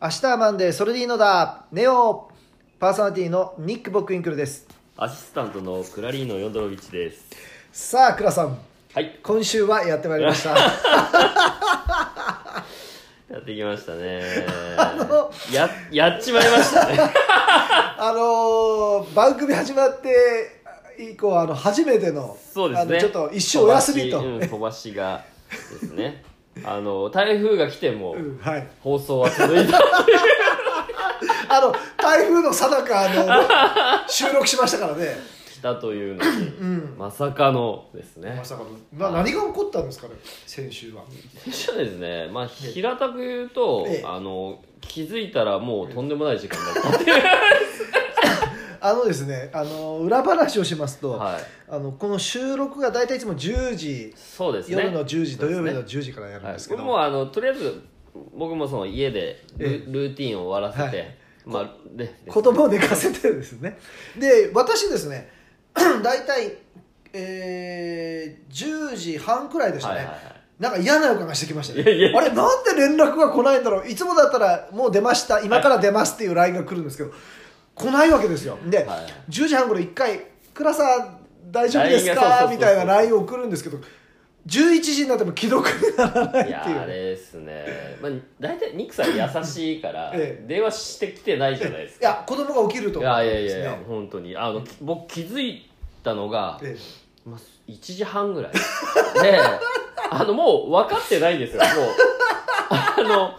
明日はマンデーそれでいいのだネオパーソナリティのニック・ボックインクルですアシスタントのクラリーノ・ヨンドロビッチです。さあ倉さんはい。今週はやってまいりました やってきまし たね。のや、やっちまいました ね。あのー番組始まって以降あの初めてのそうですね。あのちょっと一生お休みと、飛ばしうん、飛ばしがですね。あの、台風が来ても、うん はい放送は続いた。あの台風のさなかあ の収録しましたからね 来たというのに、まさかのですねま。さかのな何が起こったんですかね先週はそうですね。まあ、平たく言うと、ええあの、気づいたらもうとんでもない時間だった。あのですねあの裏話をしますと、はい。あのこの収録が大体いつも10時、 そうですね。夜の10時土曜日そうので10時からやるんはいです、け僕ど、もあのとりあえず僕もその家でル,、えルーティンを終わらせて、はまあで子供を寝かせてですねで私ですね 大体、えー、10時半くらいでしたね、はいはいはいなんか嫌な予感がしてきましたねいやいやあれなんで連絡が来ないんだろういつもだったらもう出ました今から出ますっていう LINE が来るんですけど来ないわけですよで、はい10時半頃一回「倉さん大丈夫です LINE がそうそか?」うそうそうみたいな LINE を送るんですけど11時になっても既読にならないっていいうやあれですね、まあ、大体ニックさん優しいから え電話してきてないじゃないですいか、や子供が起きるとい思うんやいやいですやいやね本当にあの、僕気づいたのが、えまあ、1時半ぐらい であのもう分かってないんですよもうあの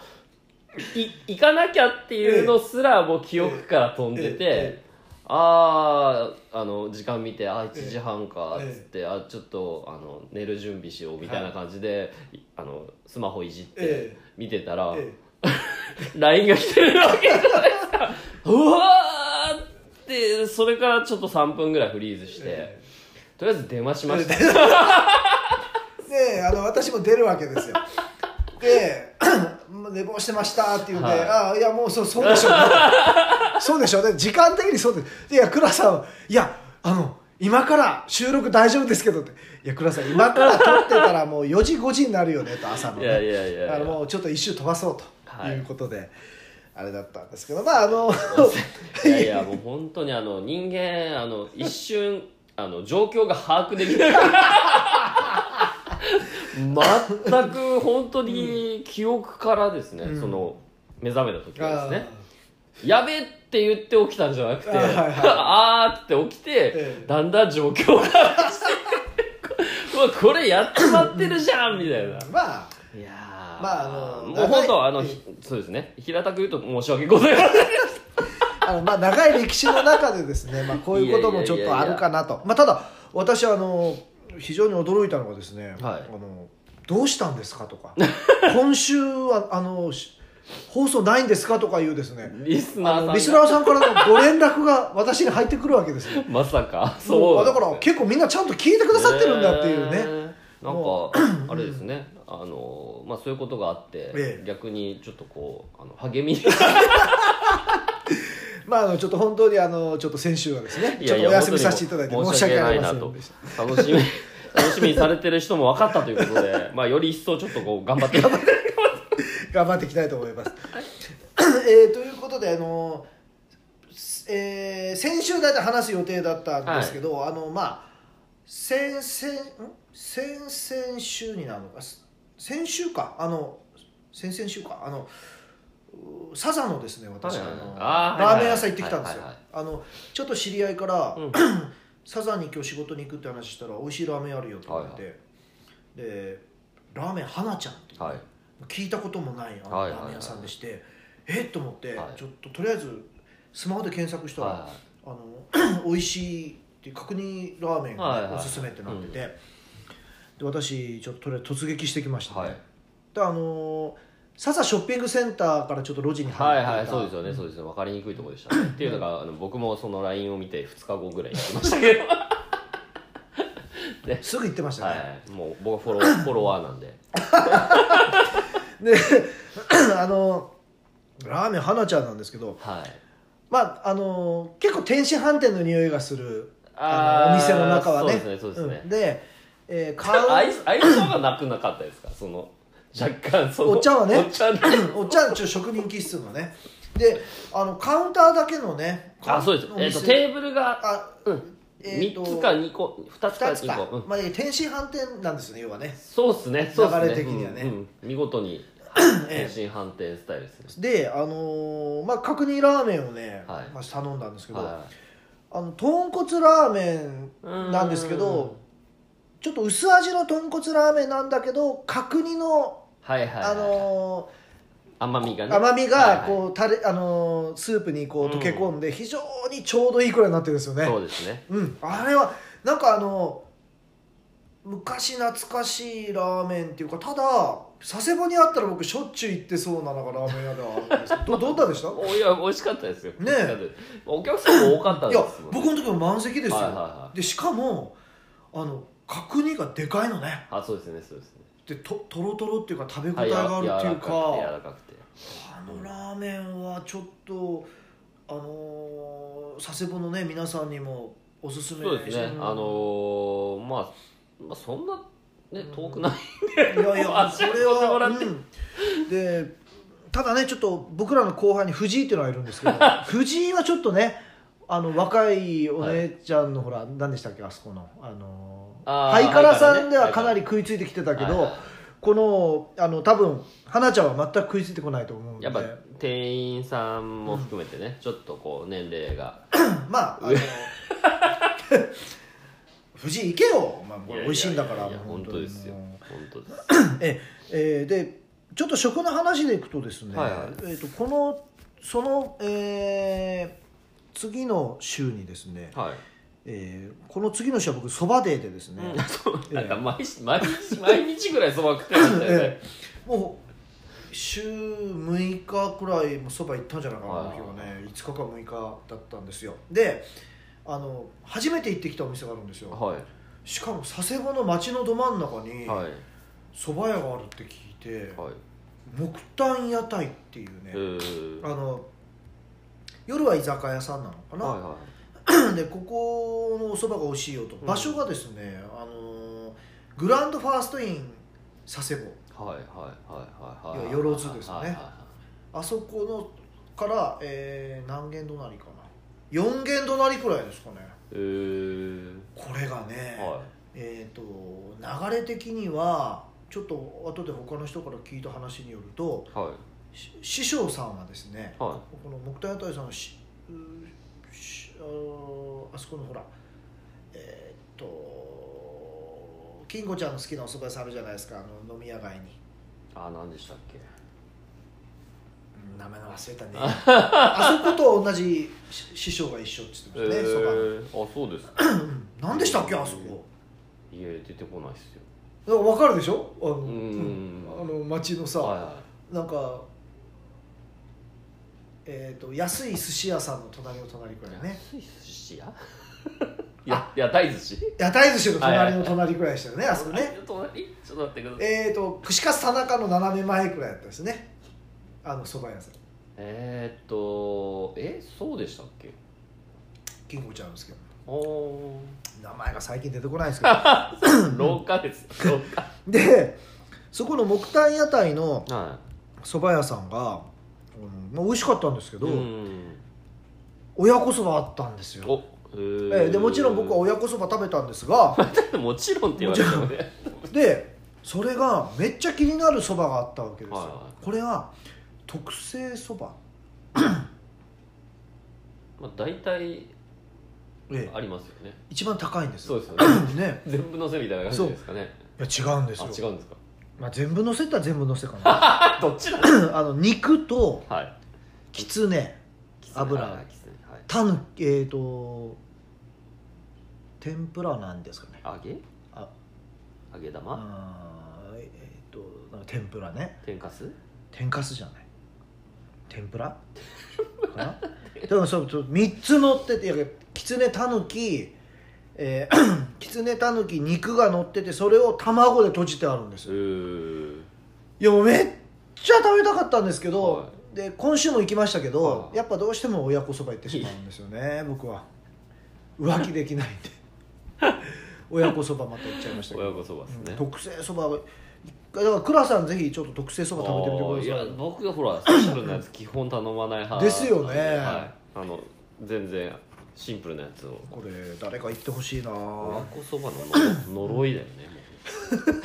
い行かなきゃっていうのすらもう記憶から飛んでて、えええあーあの時間見てあ1時半かっつって、あちょっとあの寝る準備しようみたいな感じで、いあのスマホいじっえて見てたら、ええ LINE が来てるわけじゃないですかうわーってそれからちょっと3分ぐらいフリーズして、えとりあえず電話しま したであの私も出るわけですよ で もう寝坊してましたって言うんで、はいああいやもうそうそうでしょうね そうでしょうね時間的にそうですでいや倉さんはいやあの今から収録大丈夫ですけどっていや倉さん今から撮ってたらもう4時5時になるよねと朝の、ね、いやいやいやいやあのもうちょっと一周飛ばそうとはいいうことで、あれだったんですけどまああのいやいやもう本当にあの人間あの一瞬あの状況が把握 できない全く本当に記憶からですね、うんその目覚めた時はですねあーやべって言って起きたんじゃなくてあはいはいあーって起きて、ええだんだん状況が うわこれやっちまってるじゃんみたいなま あいやーまああのもう本当あの、長いひそうですね平たく言うと申し訳ございませんあのまあ長い歴史の中でですね、まあ、こういうこともちょっとあるかなと、まあ、ただ私はあの非常に驚いたのがですね、はいあのどうしたんですかとか今週はあのし放送ないんですかとかいうですねリスあナーさん のがリスナーさんからのご連絡が私に入ってくるわけですよまさかもそうだから結構みんなちゃんと聞いてくださってるんだっていうね、ねなんも かあれですねあのまあそういうことがあって、ええ逆にちょっとこうあの励みにまああのちょっと本当にあのちょっと先週はですね いやいやちょっとお休みさせていただいて本当申にし訳ありまなせんとでした楽しみ楽しみに されてる人も分かったというこ とでまあより一層ちょっとこう頑張って頑張っていきたいと思います。えーということで、あのえー先週大体話す予定だったんですけど、あのまあ先々ん先々週になるのかす先週かあの先々週かあのうサザンのですね私、はいはいはいああーのはいはいラはいーメン屋さん行ってきたんですよ、はいはいあのちょっと知り合いから、うん サザンに今日仕事に行くって話したら美味しいラーメンあるよって言って、でラーメン花ちゃんっていう、はい聞いたこともないあのはいラはいーはいメン屋さんでして、えっと思って、はいちょっととりあえずスマホで検索したら、はあの 美味しいっていう角煮ラーメンはいはがいおすすめってなってて、で私ちょっととりあえず突撃してきました、はいねであのー笹ショッピングセンターからちょっと路地に入はっていたはいそうですよねそうですよね分かりにくいところでし たねっていうのがあの僕もその LINE を見て2日後ぐらいに行きましたけどすぐ行ってました はね、いもう僕はフォローフォロワーなんでで あのラーメン花ちゃんなんですけどはいまああのー結構天津飯店の匂いがするああーのお店の中はねそうですねそうですねうんでえー買う相相性がなくなかったですかその若干その お茶はねお茶ね お茶ちょ職人気質のねであのカウンターだけのねあそうです、えっと店テーブルが、あうんえーと3つか2個2つか2つか2個、うんまあ、天津飯店なんですよね要はねそうっすねそうっすね流れ的にはねうんうん見事にえ天津飯店スタイルですね、であのーまあ角煮ラーメンをね、はいまあ、頼んだんですけど、はあの豚骨ラーメい、ンなんですけどちょっと薄味の豚骨ラーメンなんだけど角煮の、はいはいはい、あのー、甘みがーね甘みがはいはいこう、たれあのースープにこう溶け込んで、非常にちょうどいいくらいになってるんですよねそうですねうん、あれはなんかあの昔懐かしいラーメンっていうかただ佐世保にあったら僕しょっちゅう行ってそうななんかラーメン屋ではあるんですけ どどどんなでしたおいや美味しかったですよねえお客さんも多かったいでやすもん僕の時も満席ですよ、はいはいはでしかもあの角煮がでかいのねいあそうですねそうですねでととろとろっていうか食べ応はいえやがあるっていうか,、柔らかくてあのラーメンはちょっとあのー佐世保のね皆さんにもおすすめ柔らかくてそうですねあのーまあまあそんなね遠くないいやい や、そ足をれ運んでもは、らってうんで、ただね、ちょっと僕らの後輩に藤井っていうのがいるんです けど、藤井はちょっとね、あの若いお姉ちゃんの、ほら、何でしたっけ、あそこの、あのあーハイカラさんでハはイカかラなりね食いついてきてたけはいどは、この、あの多分花ちゃんは全く食いついてこないと思うんで、やっぱ店員さんも含めてね、ちょっとこう年齢がまあ、あの藤井行けよ、お前これ美味しいんだから、いやいやいもやう本当ですよもう本当ですええーでちょっと食の話でいくとですね、はいはいえー、とこのその、えー次の週にですね、はいえーこの次の週は僕そばデーでですね、うんそうなんか毎日毎日毎日ぐらいそば食ってましたよねもう週6日くらいもそば行ったんじゃないかなはこいのはい日はね5日か6日だったんですよであの初めて行ってきたお店があるんですよはしかも佐世保の町のど真ん中いにはいそば屋があるって聞いて、はい木炭屋台っていうね、えーあの夜は居酒屋さんなのかな、はいは でここのおそばが美味しいよとうん場所がですね、あのーグランドファーストイン佐世いはいはいはいはいはいいやよろずですねはいはいはい保あそこのから、えー何軒隣かな4軒隣くらいですかねえー、これがね、はえっ、と流れ的にはちょっと後で他の人から聞いた話によるといはいし師匠さんはですね、はこの木体屋台さんのしうしあーあそこのほらえーっと金吾ちゃんの好きなお蕎麦屋さんあるじゃないですかあの飲み屋街にいあ何でしたっけうん名前の忘れた ねあそこと同じし師匠が一緒って言ってましたね蕎えー、あそうです麦、うん何でしたっけあそこいや出てこないっすよだから分かるでしょあのうーんうんあの町のさ、はいはなんかえーっと安い寿司屋さんの隣の隣くらいいね安い寿司屋 いやいや大寿司屋台寿司の隣の隣くらいでしたよね、あそこね隣ちょっと待ってくださいえー、と串カツ田中の斜め前くらいだったですねあの蕎麦屋さんえー、っとえそうでしたっけ金吾ちゃんですけどおー名前が最近出てこないん ですけど廊下です廊 でそこの木炭屋台の下は蕎麦屋さんが、うんまあ、美味しかったんですけいど、うん親子そばあったんですよ、おえーええでもちろん僕は親子そば食べたんですが もちろんって言われてもねでそれがめっちゃ気になるそばがあったわけですよ、はいはこれは特製そば、まあ大体ええありますよね一番高いんですそようですよ ねね全部のせみたいな感じですかねいや違うんですあよ違うんですかまあ、全部のせたら全部のせかなあどっちだあの肉とはいきつね油あきつねはいたぬえっ、と天ぷらなんですかね揚げあ揚げ玉あーえっ、となんか天ぷらね天かす天かすじゃない天ぷらかなだからそうそう3つ乗ってていやきつねたぬきえー きつねたぬき肉が乗っててそれを卵で閉じてあるんですようーいやもうめっちゃ食べたかったんですけど、はで今週も行きましたけど、はいやっぱどうしても 親子そば行ってしまうんですよね僕は浮気できないんで親子そばまた行っちゃいましたけど親子そばですね、特製そば一回だから倉さんぜひちょっと特製そば食べてみてくださいあーいや僕がほらスペシャルなやつ基本頼まない派ですよねはい、あの全然シンプルなやつをこれ誰か行ってほしいな親子そばの呪呪いだよねもう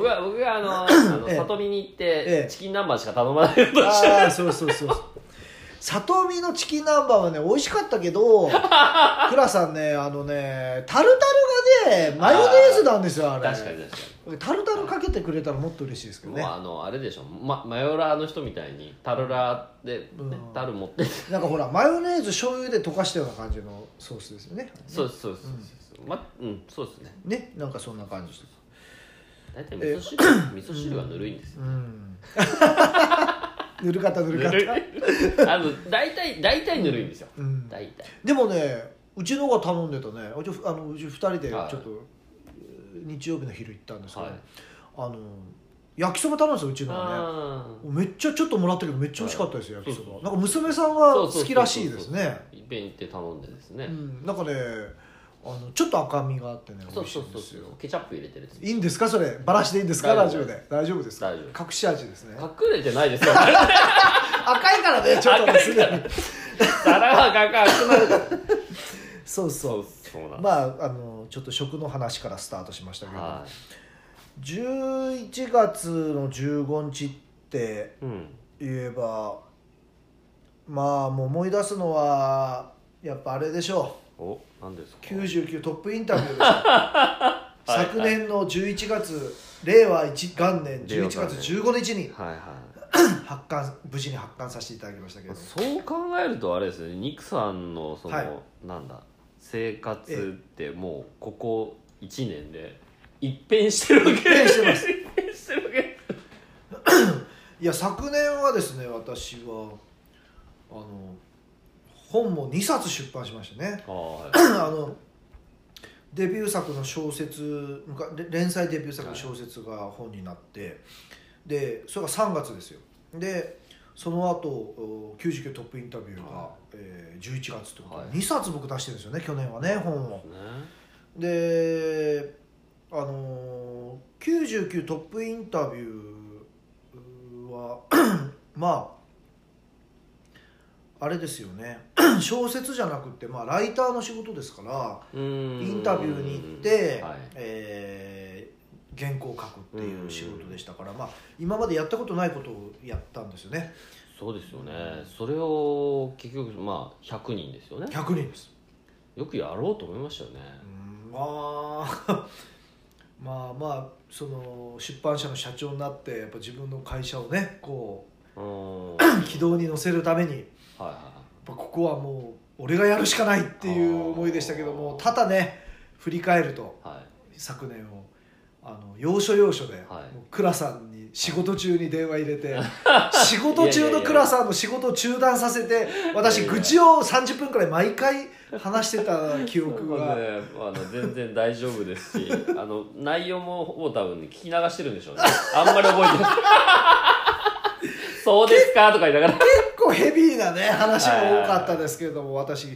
僕は僕があのあのええ里見に行って、ええチキン南蛮しか頼まないとああそうそうそうそう里見のチキン南蛮はね美味しかったけ ど倉さんねあのねタルタルがねマヨネーズなんですよあれ確かに確かタルタルかけてくれたらもっと嬉しいですけに、どねもうあのあれでしょ、ま、マヨラーの人みたいにタルラーで、ねうんタル持ってなんかほらマヨネーズ醤油で溶かしたような感じのソースですよねそうですそうです、そうですまうんそうですねねなんかそんな感じです大体味噌汁味噌汁はぬるいんですようんぬるかったぬぬるかっるいたあの大体大体ぬるいんですよ、うん大体でもねうちのが頼んでたねうちあのうち2人でちょはっいと、日曜日の昼行ったんですけど、はいあの焼きそば頼んだんですようちのはねあめっちゃちょっともらったけどめっちゃ美味しかったですよ、はい焼きそそうばそうなんか娘さんあが好きらしいですねいっぺん行って頼んでですね、うんなんかねあのちょっと赤みがあってね美そう味しいそうんそでうすそようケチャップ入れてるやついいんですかそれバラしていいんですかラ大ジ丈オ夫で大丈夫ですか大丈隠し味ですね隠れてないですよ あれ赤いからねちょっともうすでに皿が赤くなるそうそそううそうなんでまああのちょっと食の話からスタートしましたすけれども、は11月の15日ってい、うん、言えばまあもう思い出すのはやっぱあれでしょお何ですかう99トップインタビューでしょ昨年の11月令和1元年11月15日にはいはい発刊無事に発刊させていただきましたけれどもそう考えるとあれですねニクさんのその、はいなんだ生活ってもうここ1年で一変してるわけ一変してます 一変してるわけいや昨年はですね私はあの本も2冊出版しましたね ああはいあのデビュー作の小説むかれ連載デビュー作の小説が本になって、でそれが3月ですよでその後お99トップインタビューが、はいえー11月ってことはいで、2冊僕出してるんですよね去年はね本をねであのー99トップインタビューは まああれですよね 小説じゃなくて、まあ、ライターの仕事ですからうーんインタビューに行って、はいえー原稿を書くっていう仕事でしたから、まあ、今までやったことないことをやったんですよねそうですよねそれを結局まあ100人ですよね100人ですよくやろうと思いましたよねうんまあ まあまあその出版社の社長になってやっぱ自分の会社をねこうーんう軌道に乗せるためにやっはいはぱここはもう俺がやるしかないっていう思いでしたけどもただね振り返るといはいはい昨年をあの要所要所で、はいもう倉さんに仕事中に電話入れ て仕事中の倉さんの仕事を中断させてい私やいや愚痴を30分くらい毎回話してた記憶まあが。ね、あの全然大丈夫ですし あの内容もほぼ多分、ね、聞き流してるんでしょうねあんまり覚えてない そうですかとか言いながら結構ヘビーなね話も多かったですけれども私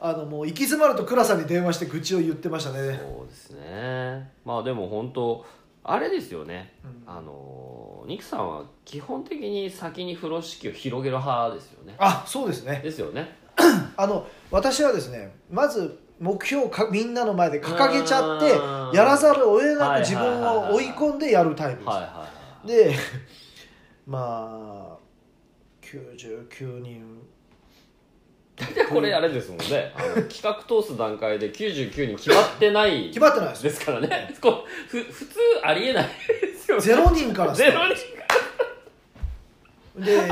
あのもう行き詰まると倉さんに電話して愚痴を言ってましたねそうですねまあでも本当あれですよね、うんあのニクさんは基本的に先に風呂敷を広げる派ですよねあそうですねですよねあの私はですねまず目標をかみんなの前で掲げちゃっうんてやらざるを得なはいはいはいはいく自分を追い込んでやるタイプです、はいはいはいで まあ99人大体 これあれですもんねあの 企画通す段階で99に決まってない決まってないですでよすからね こうふ普通ありえないですよね0人からスタゼーロト にで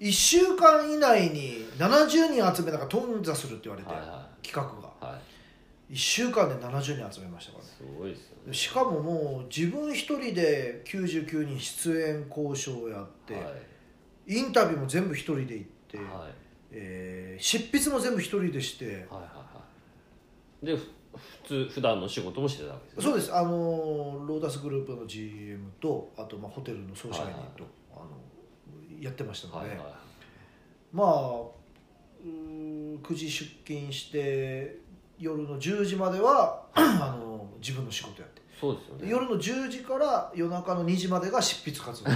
1週間以内に70人集めなんか頓挫するって言われて、はいは企画がいはい1週間で70人集めましたからねすごいですよねしかももう自分一人で99人出演交渉をやって、はいインタビューも全部一人で行って、はいはいえー執筆も全部一人でしてはいはいでふ普通普段の仕事もしてたわけですねそうですあのーロータスグループの GM とあとまあホテルの総支配人と、あのやってましたのはいで、はいはいまあうー9時出勤して夜の10時まではあの自分の仕事やってそうですよね夜の10時から夜中の2時までが執筆 活動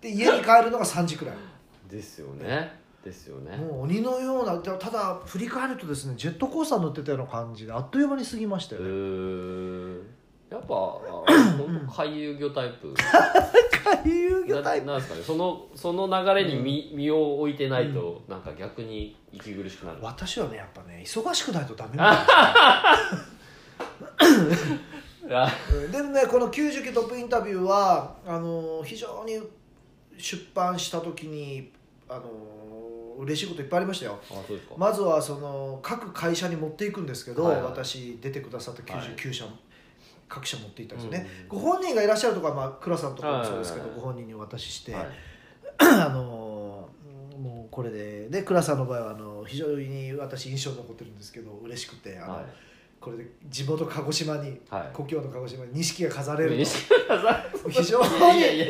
で家に帰るのが3時くらいですよねですよねもう鬼のようなただ振り返るとですねジェットコースター乗ってたような感じであっという間に過ぎましたう よね、ーんやっぱあ ほんと回遊魚タイプ回遊魚タイなプなんですかねそのその流れに身,、身を置いてないと、なんか逆に息苦しくなる私はねやっぱね忙しくないとダメなんだあよ でもねこの「99トップインタビューは」あの非常に出版した時にあの嬉しいこといっぱいありましたよあそうですか、まずはその各会社に持っていくんですけど、はいはい私出てくださった99社、各社持っていったんですよね、うんご本人がいらっしゃるとか、まあ、倉さんとかもそうですけど、はいはいはいご本人にお渡しして、はい あのーもうこれでで倉さんの場合はあの非常に私印象に残ってるんですけど嬉しくてあの、はこれで地元鹿児島にいはい故郷の鹿児島に錦が飾れるいやと非非常にいやいやいや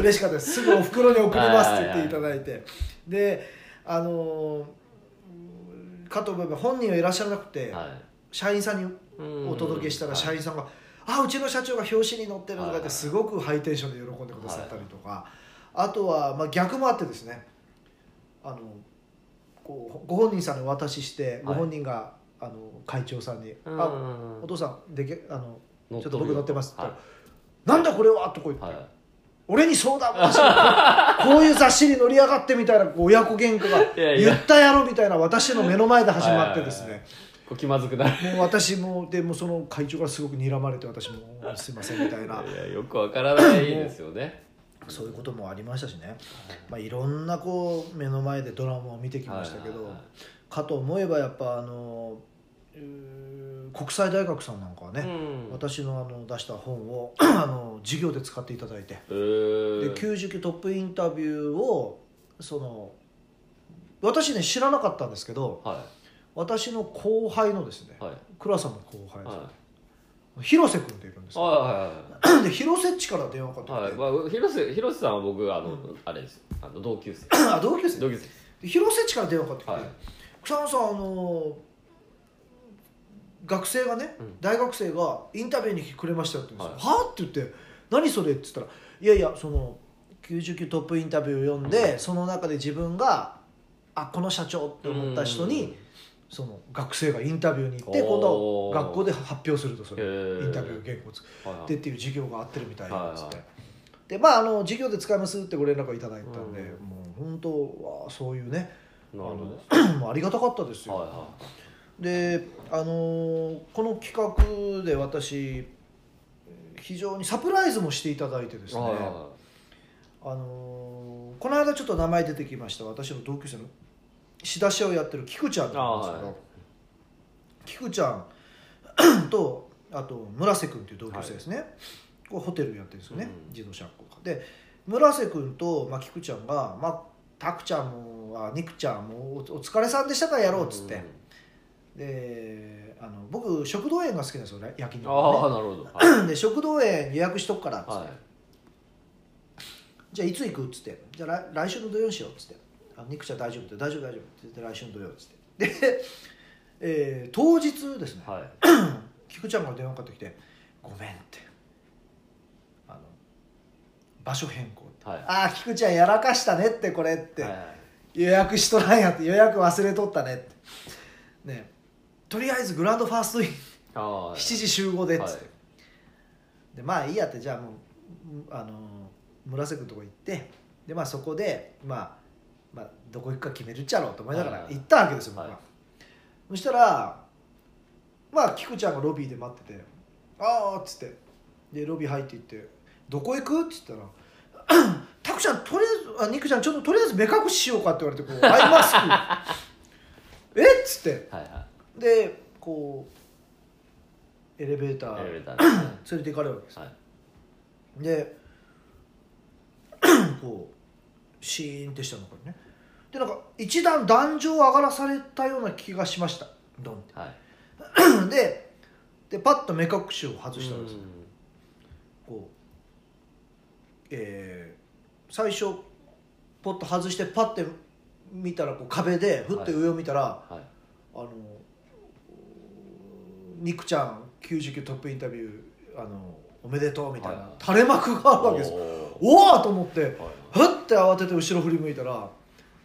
嬉しかったですすぐおふくろに送りますって言っていただいてであのーかと思えば本人はいらっしゃらなくて、はい社員さんにうんお届けしたら社はい員さんが「あうちの社長が表紙に載ってる」とかっはていすごくハイテンションで喜んでくださったりとか、あとは、まあ、逆もあってですねあのこうご本人さんにお渡ししてご本人が、あの会長さんに「うんあお父さんでけあの乗ちょっと僕乗ってます」ってはなんだこれは」とこう言っいて、はい俺に相談もしろこういう雑誌に乗り上がってみたいなこう親子喧嘩がいやいや言ったやろみたいな私の目の前で始まってですはいはねこう気まずくなるもう私もでもその会長からすごく睨まれて私も「すいません」みたいないやよくわからないですよねそういうこともありましたしね、まあ、いろんなこう目の前でドラマを見てきましたけはいどはいはいかと思えばやっぱあのうー国際大学さんなんかはうね、ん私のあの出した本を あの授業で使っていただいてえでー99トップインタビューをその私ね知らなかったんですけどは私の後輩のですねいはい倉さんの後輩、は広瀬君っているんですいよはいで広瀬っちから電話かかっはてい、きて、まあ、広瀬広瀬さんは僕あの、あれですあの同級生あ同級生同級生ですで広瀬っちから電話かかってきてはい「草野さんあの学生がね、うん大学生がインタビューに来てくれました」って言うんですよ「はあ?」って言って「何それ?」って言ったら「いやいやその99トップインタビューを読んで、その中で自分があこの社長って思った人に、その学生がインタビューに行って今度おー学校で発表するとそうんへれイーンタビュー原稿を作はいはいってっていう授業があってるみたいなんですね、はいはでまああの授業で使いますってご連絡をいただいたんで、うもう本当わあそういうね なるほどねあのもうありがたかったですよ、はいはであのーこの企画で私えー非常にサプライズもしていただいてですいね、はいはあのーこの間ちょっと名前出てきました私の同級生の仕出し屋をやってる菊ちゃんなんですけあはどい菊ちゃん とあと村瀬君っていう同級生ですね、こうホテルやってるんですよね、うん自動車学校で村瀬君と、まあ、菊ちゃんが、まあ、タクちゃんもあ肉ちゃんもおお疲れさんでしたからやろうっつって、であの僕食道園が好きなんですよね焼き肉ああがなるほどはい、ねで食道園予約しとくからっつって、はじゃあいつ行くっつってじゃあ来来週の土曜にしようっつってあ肉ちゃん大丈夫って大丈夫大丈夫って言って来週の土曜っつってで、えー当日ですねい、はい、菊ちゃんから電話かかってきて「ごめん」ってあの場所変更って「はいああ菊ちゃんやらかしたねってこれ」って、はいはい予約しとらんやって予約忘れとったねってねとりあえずグランドファーストインああはい7時集合でっつって、はでまあいいやってじゃあもう、うんあのー村瀬君のとこ行ってでまあそこで、まあ、まあどこ行くか決めるっちゃろうと思いながはいらはい行ったわけですよ、はい僕はそしたらまあ菊ちゃんがロビーで待ってて「ああ」っつってでロビー入っていって「どこ行く?」っつったら 「タクちゃんとりあえずあ肉ちゃんちょっととりあえず目隠ししようか」って言われてこ うアイマスク「えっ?」つってはいでこうエレベーターエレベ連ーターですねれて行かれるわけですはいで こうシーンってしたのこれねでなんか一段壇上上がらされたような気がしましたドンっはて いででパッと目隠しを外したんですうんこうえー最初ポッと外してパッて見たらこう壁でふって上を見たら、はいあの肉ちゃん99トップインタビューあのおめでとうみたいな、はい垂れ幕があるわけですおおーと思っておーはふって慌てて後ろ振り向いたら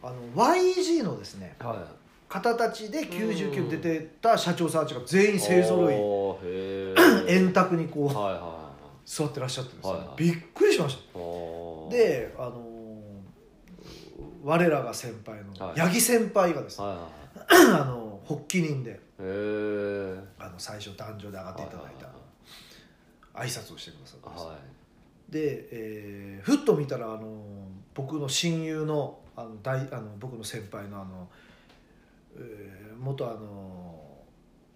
あの YG のですねいは方たちでう99ん出てた社長さんたちが全い員勢ぞろいおーへ円ー卓にこうはいはいは座ってらっしゃってですねはいはいびっくりしましいおたーであのー我らが先輩のはい八木先輩がですね、はいはいはいあの発起人でへーあの最初壇上で上がっていただいた挨拶をしてくださったんです、はいで、えーふっと見たらあの僕の親友のあの大あの僕の先輩のあの、えー元あの、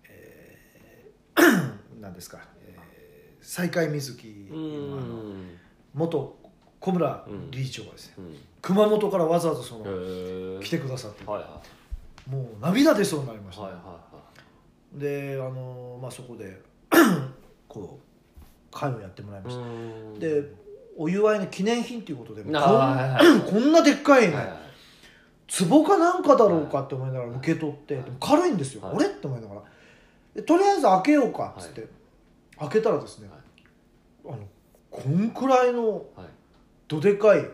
えー なんですか、えー、西海瑞希うのあのん元小村理事長がですね、うんへ熊本からわざわざそのー来てくださって、はいはもう涙出そうになりましいた、はいはであの、まあ、そこ でこう会をやってもらいいましはいた、うんでお祝いの記念品ということでこんあーはいはいはいこんなでっかいはいねはい壺かなんかだろうかって思いながら受け取って、はいでも軽いんですよ、はいあれって思いながらでとりあえず開けようかっつって、開けたらですね、はいあのこんくらいのはいどでかい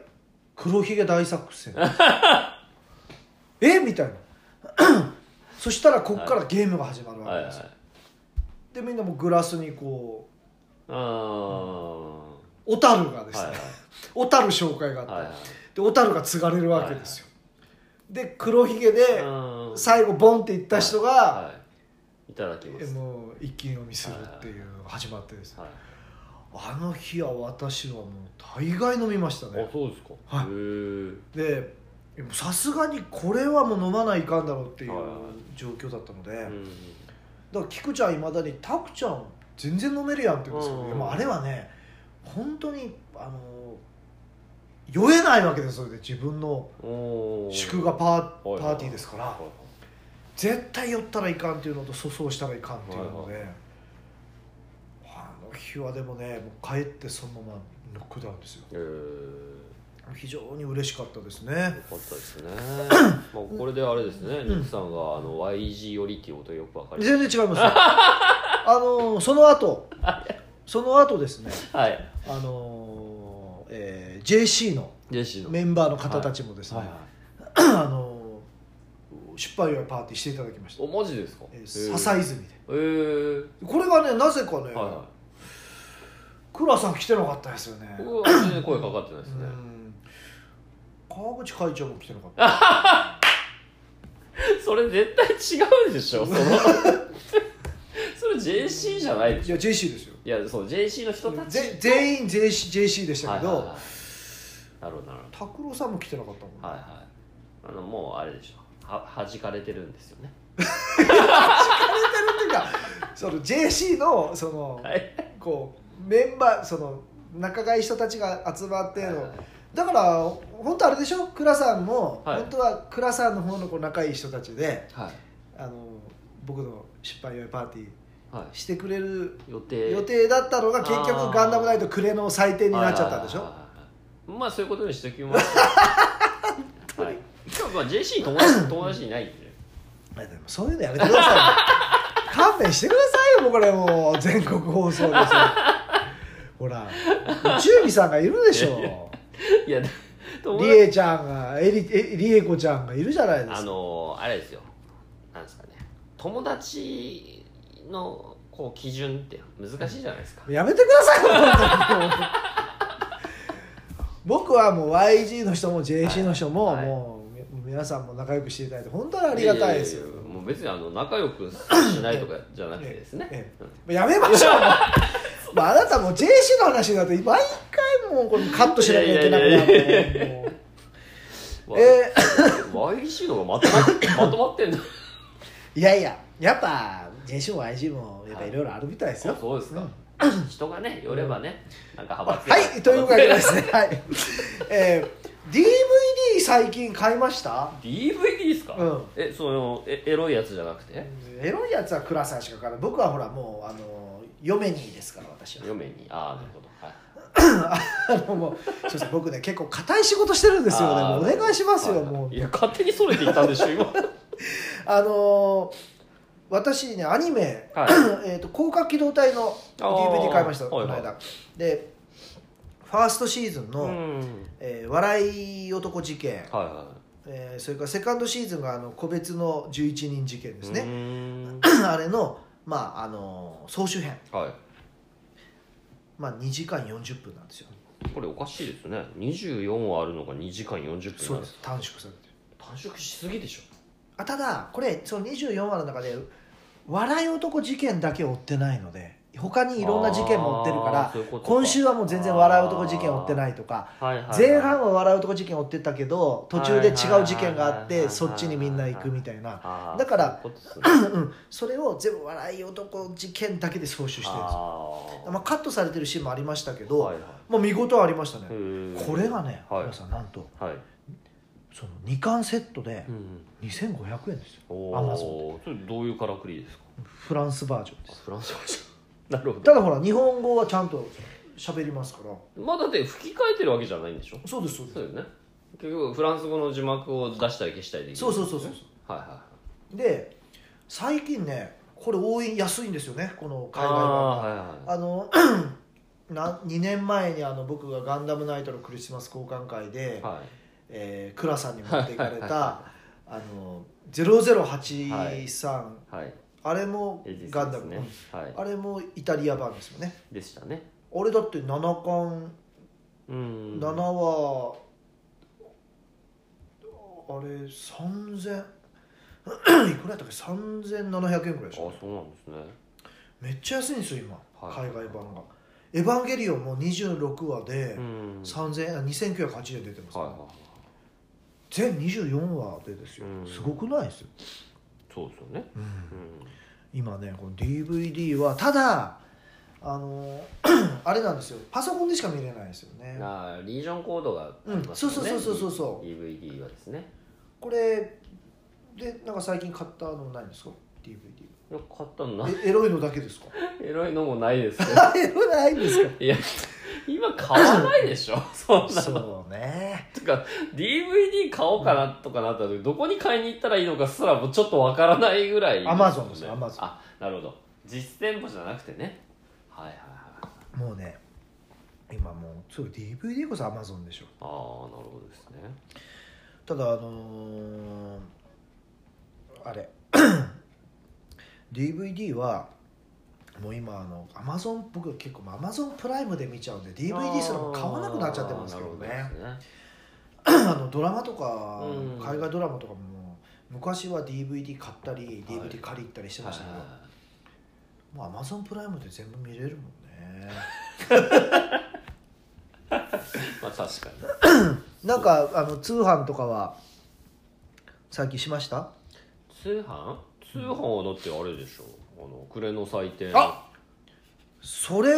黒ひげ大作 戦えみたいな そしたらこっからゲームが始まるわはけでいはいすよ、でみんなもうグラスにこうあー小樽がですね、はいはい小樽紹介があって、はいはいで小樽が継がれるわけですよ、で黒ひげでうん最後ボンっていった人が、はい、いただきまえす、もう一気飲みするっていう始まってですねはい、あの日は私はもう大概飲みましたあねそうですか、はいへーでさすがにこれはもう飲まないかんだろうっていうはいはい状況だったので、うだんから菊ちゃんいまだに「タクちゃん全然飲めるやん」って言うんですけど、うんでもあれはね本当にあの酔えないわけですよそれで自分のおー祝賀パーはいはいパーティーですから、はい絶対寄ったらいかんっていうのと粗相したらいかんっていうので、あの日はでもねもう帰ってそのままノックダウンですよえー、非常に嬉しかったですねよかったですねまあこれであれですね、んニックさんがあの YG よりっていうことがよくわかりま全然違い ますよあのその後その後ですねすはいあの、えー JC のジェシーのメンバーの方たちもですね、はいはいあの失敗祝いパーティーしていただきました、おマジですかえー、へー笹泉でえー、これがねなぜかね、はいは倉さん来てなかったですよねい僕は全然声かかってないですうねん川口会長も来てなかった それ絶対違う でしょそのそれ JC じゃないでしょいや JC ですよいやそう JC の人たちぜ全員 JC, JC でしたけはいはいどはいなるほどなるほ拓郎さんも来てなかったもんどはいはいあのもうあれでしょは弾かれてるんですよね てかその JC のその、はいこうメンバーその仲がいい人たちが集まっての、はいはいだから本当あれでしょ倉さんも、はい本当は倉さんの方のこう仲いい人たちではいあの僕の失敗祝いパーティーはしてくれるい予定予定だったのが結あ局ーガンダムナイト暮れの祭典になっちゃったんでしはょいはいはいはいまあそういうことにしておきます はいでもまあ JC 友達友達いないんであでもそういうのやめてくだ さい勘弁してくださいよもうこれもう全国放送ですよほら宇宙美さんがいるでしょいや友り達えちゃんがえりえりえこちゃんがいるじゃないであすかのあれですよなんですかね友達のこう基準って難しいじゃないですかやめてくださいよ本当に僕はもう YG の人も JC の人も、はいもうみ皆さんも仲良くしていただいて本当にありがたいですよやややもう別にあの仲良くしないとかじゃなくてですねええうんやめましょ うもうまあ、あなたもう JC の話だと毎回もうこれカットしなきゃいけなくなっいやいやいてもうわえ YC の方がまとままとまってんだいやいややっぱ JC も YG もやっぱいろいろあるみたいですよ、 そうですか、人がね寄ればね、なんか派閥がはいというわけでですねはいえー DVD 最近買いました DVD ですか、うんえそのえエロいやつじゃなくてエロいやつは倉さんしか買わない僕はほらもうあの嫁にですから私は嫁にああなるほどはい あのもうすいません僕ね結構硬い仕事してるんですよねあもーうお願いしますよはもういや勝手にそれていったんでしょ今ああのー私ねアニメ、はえーと「広角機動隊」のあー DVD 買いましたこはいのはい間でファーストシーズンの「うんえー笑い男事件」はいはえーそれからセカンドシーズンがあの個別の11人事件いですねう、ーんあれの,、まああのー総集編、はいまあ、2時間40分なんですよこれおかしいですね24話あるのが2時間40分なんですそうです短縮されてる短縮しすぎでしょあただこれその24話の中で笑い男事件だけ追ってないので他にいろんな事件も追ってるかあーらそういうことか今週はもう全然笑い男事件追ってないとかはいはいはい前半は笑い男事件追ってたけど途中で違う事件があっはいはいはいはいてそっちにみんな行くみたいなあーだからそういうことっすねうんそれを全部笑い男事件だけで総集してるんですよあーまあ、カットされてるシーンもありましたけど、はいはいまあ、見事ありましたねへーこれがね、はい皆さんなんとはいその2巻セットでうんうん2500円ですよお Amazon おそれどういうからくりですかフランスバージョンですフランス語じゃんなるほどただほら日本語はちゃんと喋りますからまあだって吹き替えてるわけじゃないんでしょそうですそうでそうよね結局フランス語の字幕を出したり消したりできるそうそうそうそうはいはいはいすで最近ねこれ多い安いんですよねこの海外版あーはいはいはいあの な2年前にあの僕が「ガンダムナイト」のクリスマス交換会で、はいえー、倉さんに持っていかれはいはいはた「あの0083、はいあれもエディスガンダム、ですねはいあれもイタリア版ですよねでしたねあれだって7巻うん7話、あれ3000 いくらやったっけ3700円くらいであしょそうなんですねめっちゃ安いんですよ今、はい海外版が「エヴァンゲリオン」も26話でうん3000円あ2980円出てます、はいはいはい全24話でですようんすごくないですよ、そうですよねうんうん今ねこの DVD はただあの あれなんですよパソコンでしか見れないですよねあーリージョンコードがありますうんそうそうそうそうそうそう DVD はですねこれでなんか最近買ったのないんですか DVD いや 買ったのなえエロいのだけですかエロいのもないですね エロないんですいや今買わないでしょ そんなの そうねてか DVD 買おうかなとかなった時、どこに買いに行ったらいいのかすらもちょっとわからないぐらい Amazon ですよ Amazon あなるほど実店舗じゃなくてねはいはいはいもうね今もうすぐ DVD こそ Amazon でしょああなるほどですねただあのーあれ DVD はもう今あの Amazon 僕は結構 Amazon プライムで見ちゃうんで DVD すらもう買わなくなっちゃってますけどあーなるねほどです あのドラマとか、うん海外ドラマとかも昔は DVD 買ったりはい DVD 借り行ったりしてねはまいしたけど、はいはいもう Amazon プライムで全部見れるもんねまあ確かになんかあの通販とかは最近しました通販通販はだってあれでしょあの暮れの祭典あそれ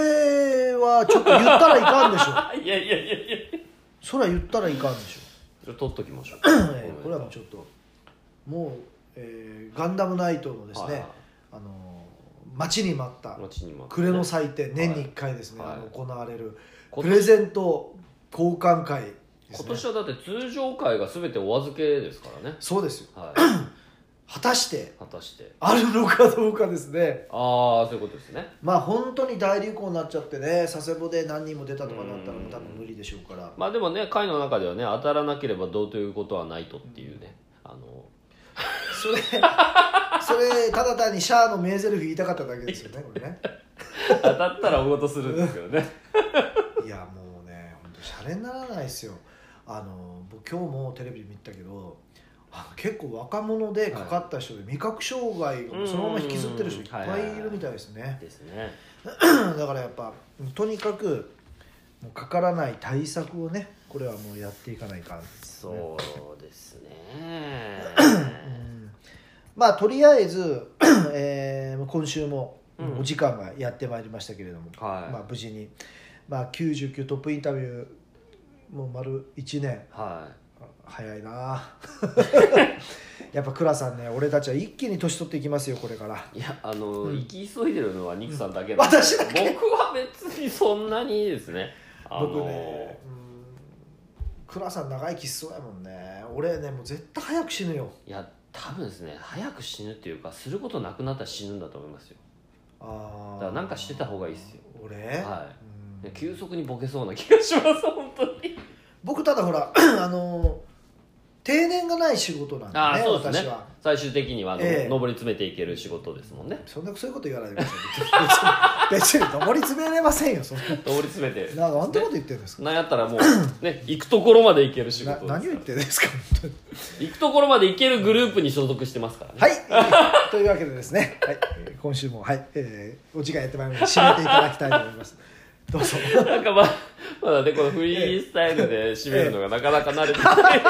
はちょっと言ったらいかんでしょいやいやいやいやそれは言ったらいかんでしょじゃあ取っときましょうえ ーこれはもうちょっともう、えーガンダムナイトのですね、はいはいあのー待ちに待った待ちに待って暮れの祭典年に1回ですね、はいあの行われる今プ年レゼント交換会です今ね年はだって通常会が全てお預けですからねそうですよはい 果たして果たしてあるのかどうかですねああそういうことですねまあ本当に大流行になっちゃってね佐世保で何人も出たとかなったらうん多分無理でしょうからまあでもね会の中ではね当たらなければどうということはないとっていうね、あのそれそれただ単にシャアの名台詞言いたかっただけですよねこれね当たったらおごとするんですけどねいやもうね本当シャレにならないですよあの僕今日もテレビで見たけどあの結構若者でかかった人で味覚障害をそのまま引きずってる人いっぱいいるみたい ですね ですねだからやっぱとにかくもうかからない対策をねこれはもうやっていかないかんですねそうです ねうんまあとりあえず、 えー今週もうんお時間がやってまいりましたけれども、はい、まあ、無事に、まあ、99トップインタビューもう丸1年はいあ早いなあやっぱ倉さんね俺たちは一気に年取っていきますよこれからいやあの、うん行き急いでるのはニクさんだけうん私だけ僕は別にそんなにですねあの僕ねうん倉さん長生きしそうやもんね俺ねもう絶対早く死ぬよいや多分ですね早く死ぬっていうかすることなくなったら死ぬんだと思いますよあだあからなんかしてた方がいいっすよ俺、はうでん急速にボケそうな気がします本当に僕ただほらあの定年がない仕事なんでねああそうです私ねは最終的にはあの、ええ上り詰めていける仕事ですもんねそんなそういうこと言わないでください別に別に上り詰められませんよそんな上り詰めてななんてこと言ってるんですかなんやったらもうね行くところまで行ける仕な事何を言ってるんですか本当に行くところまで行けるグループに所属してますからね、はいという わけでですね、はい、えー今週も、はいえーお時間やってまいりました締めていただきたいと思いますどうぞ なんかまあまだねこのフリースタイルで締めるのがなかなか慣れてない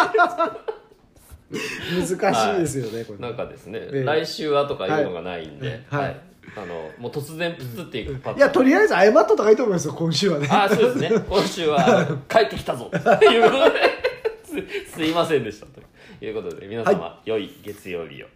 難しいですよね、これなんかですね、ええ来週はとかいうのがないんで、はいはいあのもう突然プツっていくパターンいやとりあえず謝ったとかいいと思いますよ今週はねああそうですね今週は帰ってきたぞっていうことですすいませんでしたということで皆様、良い月曜日を。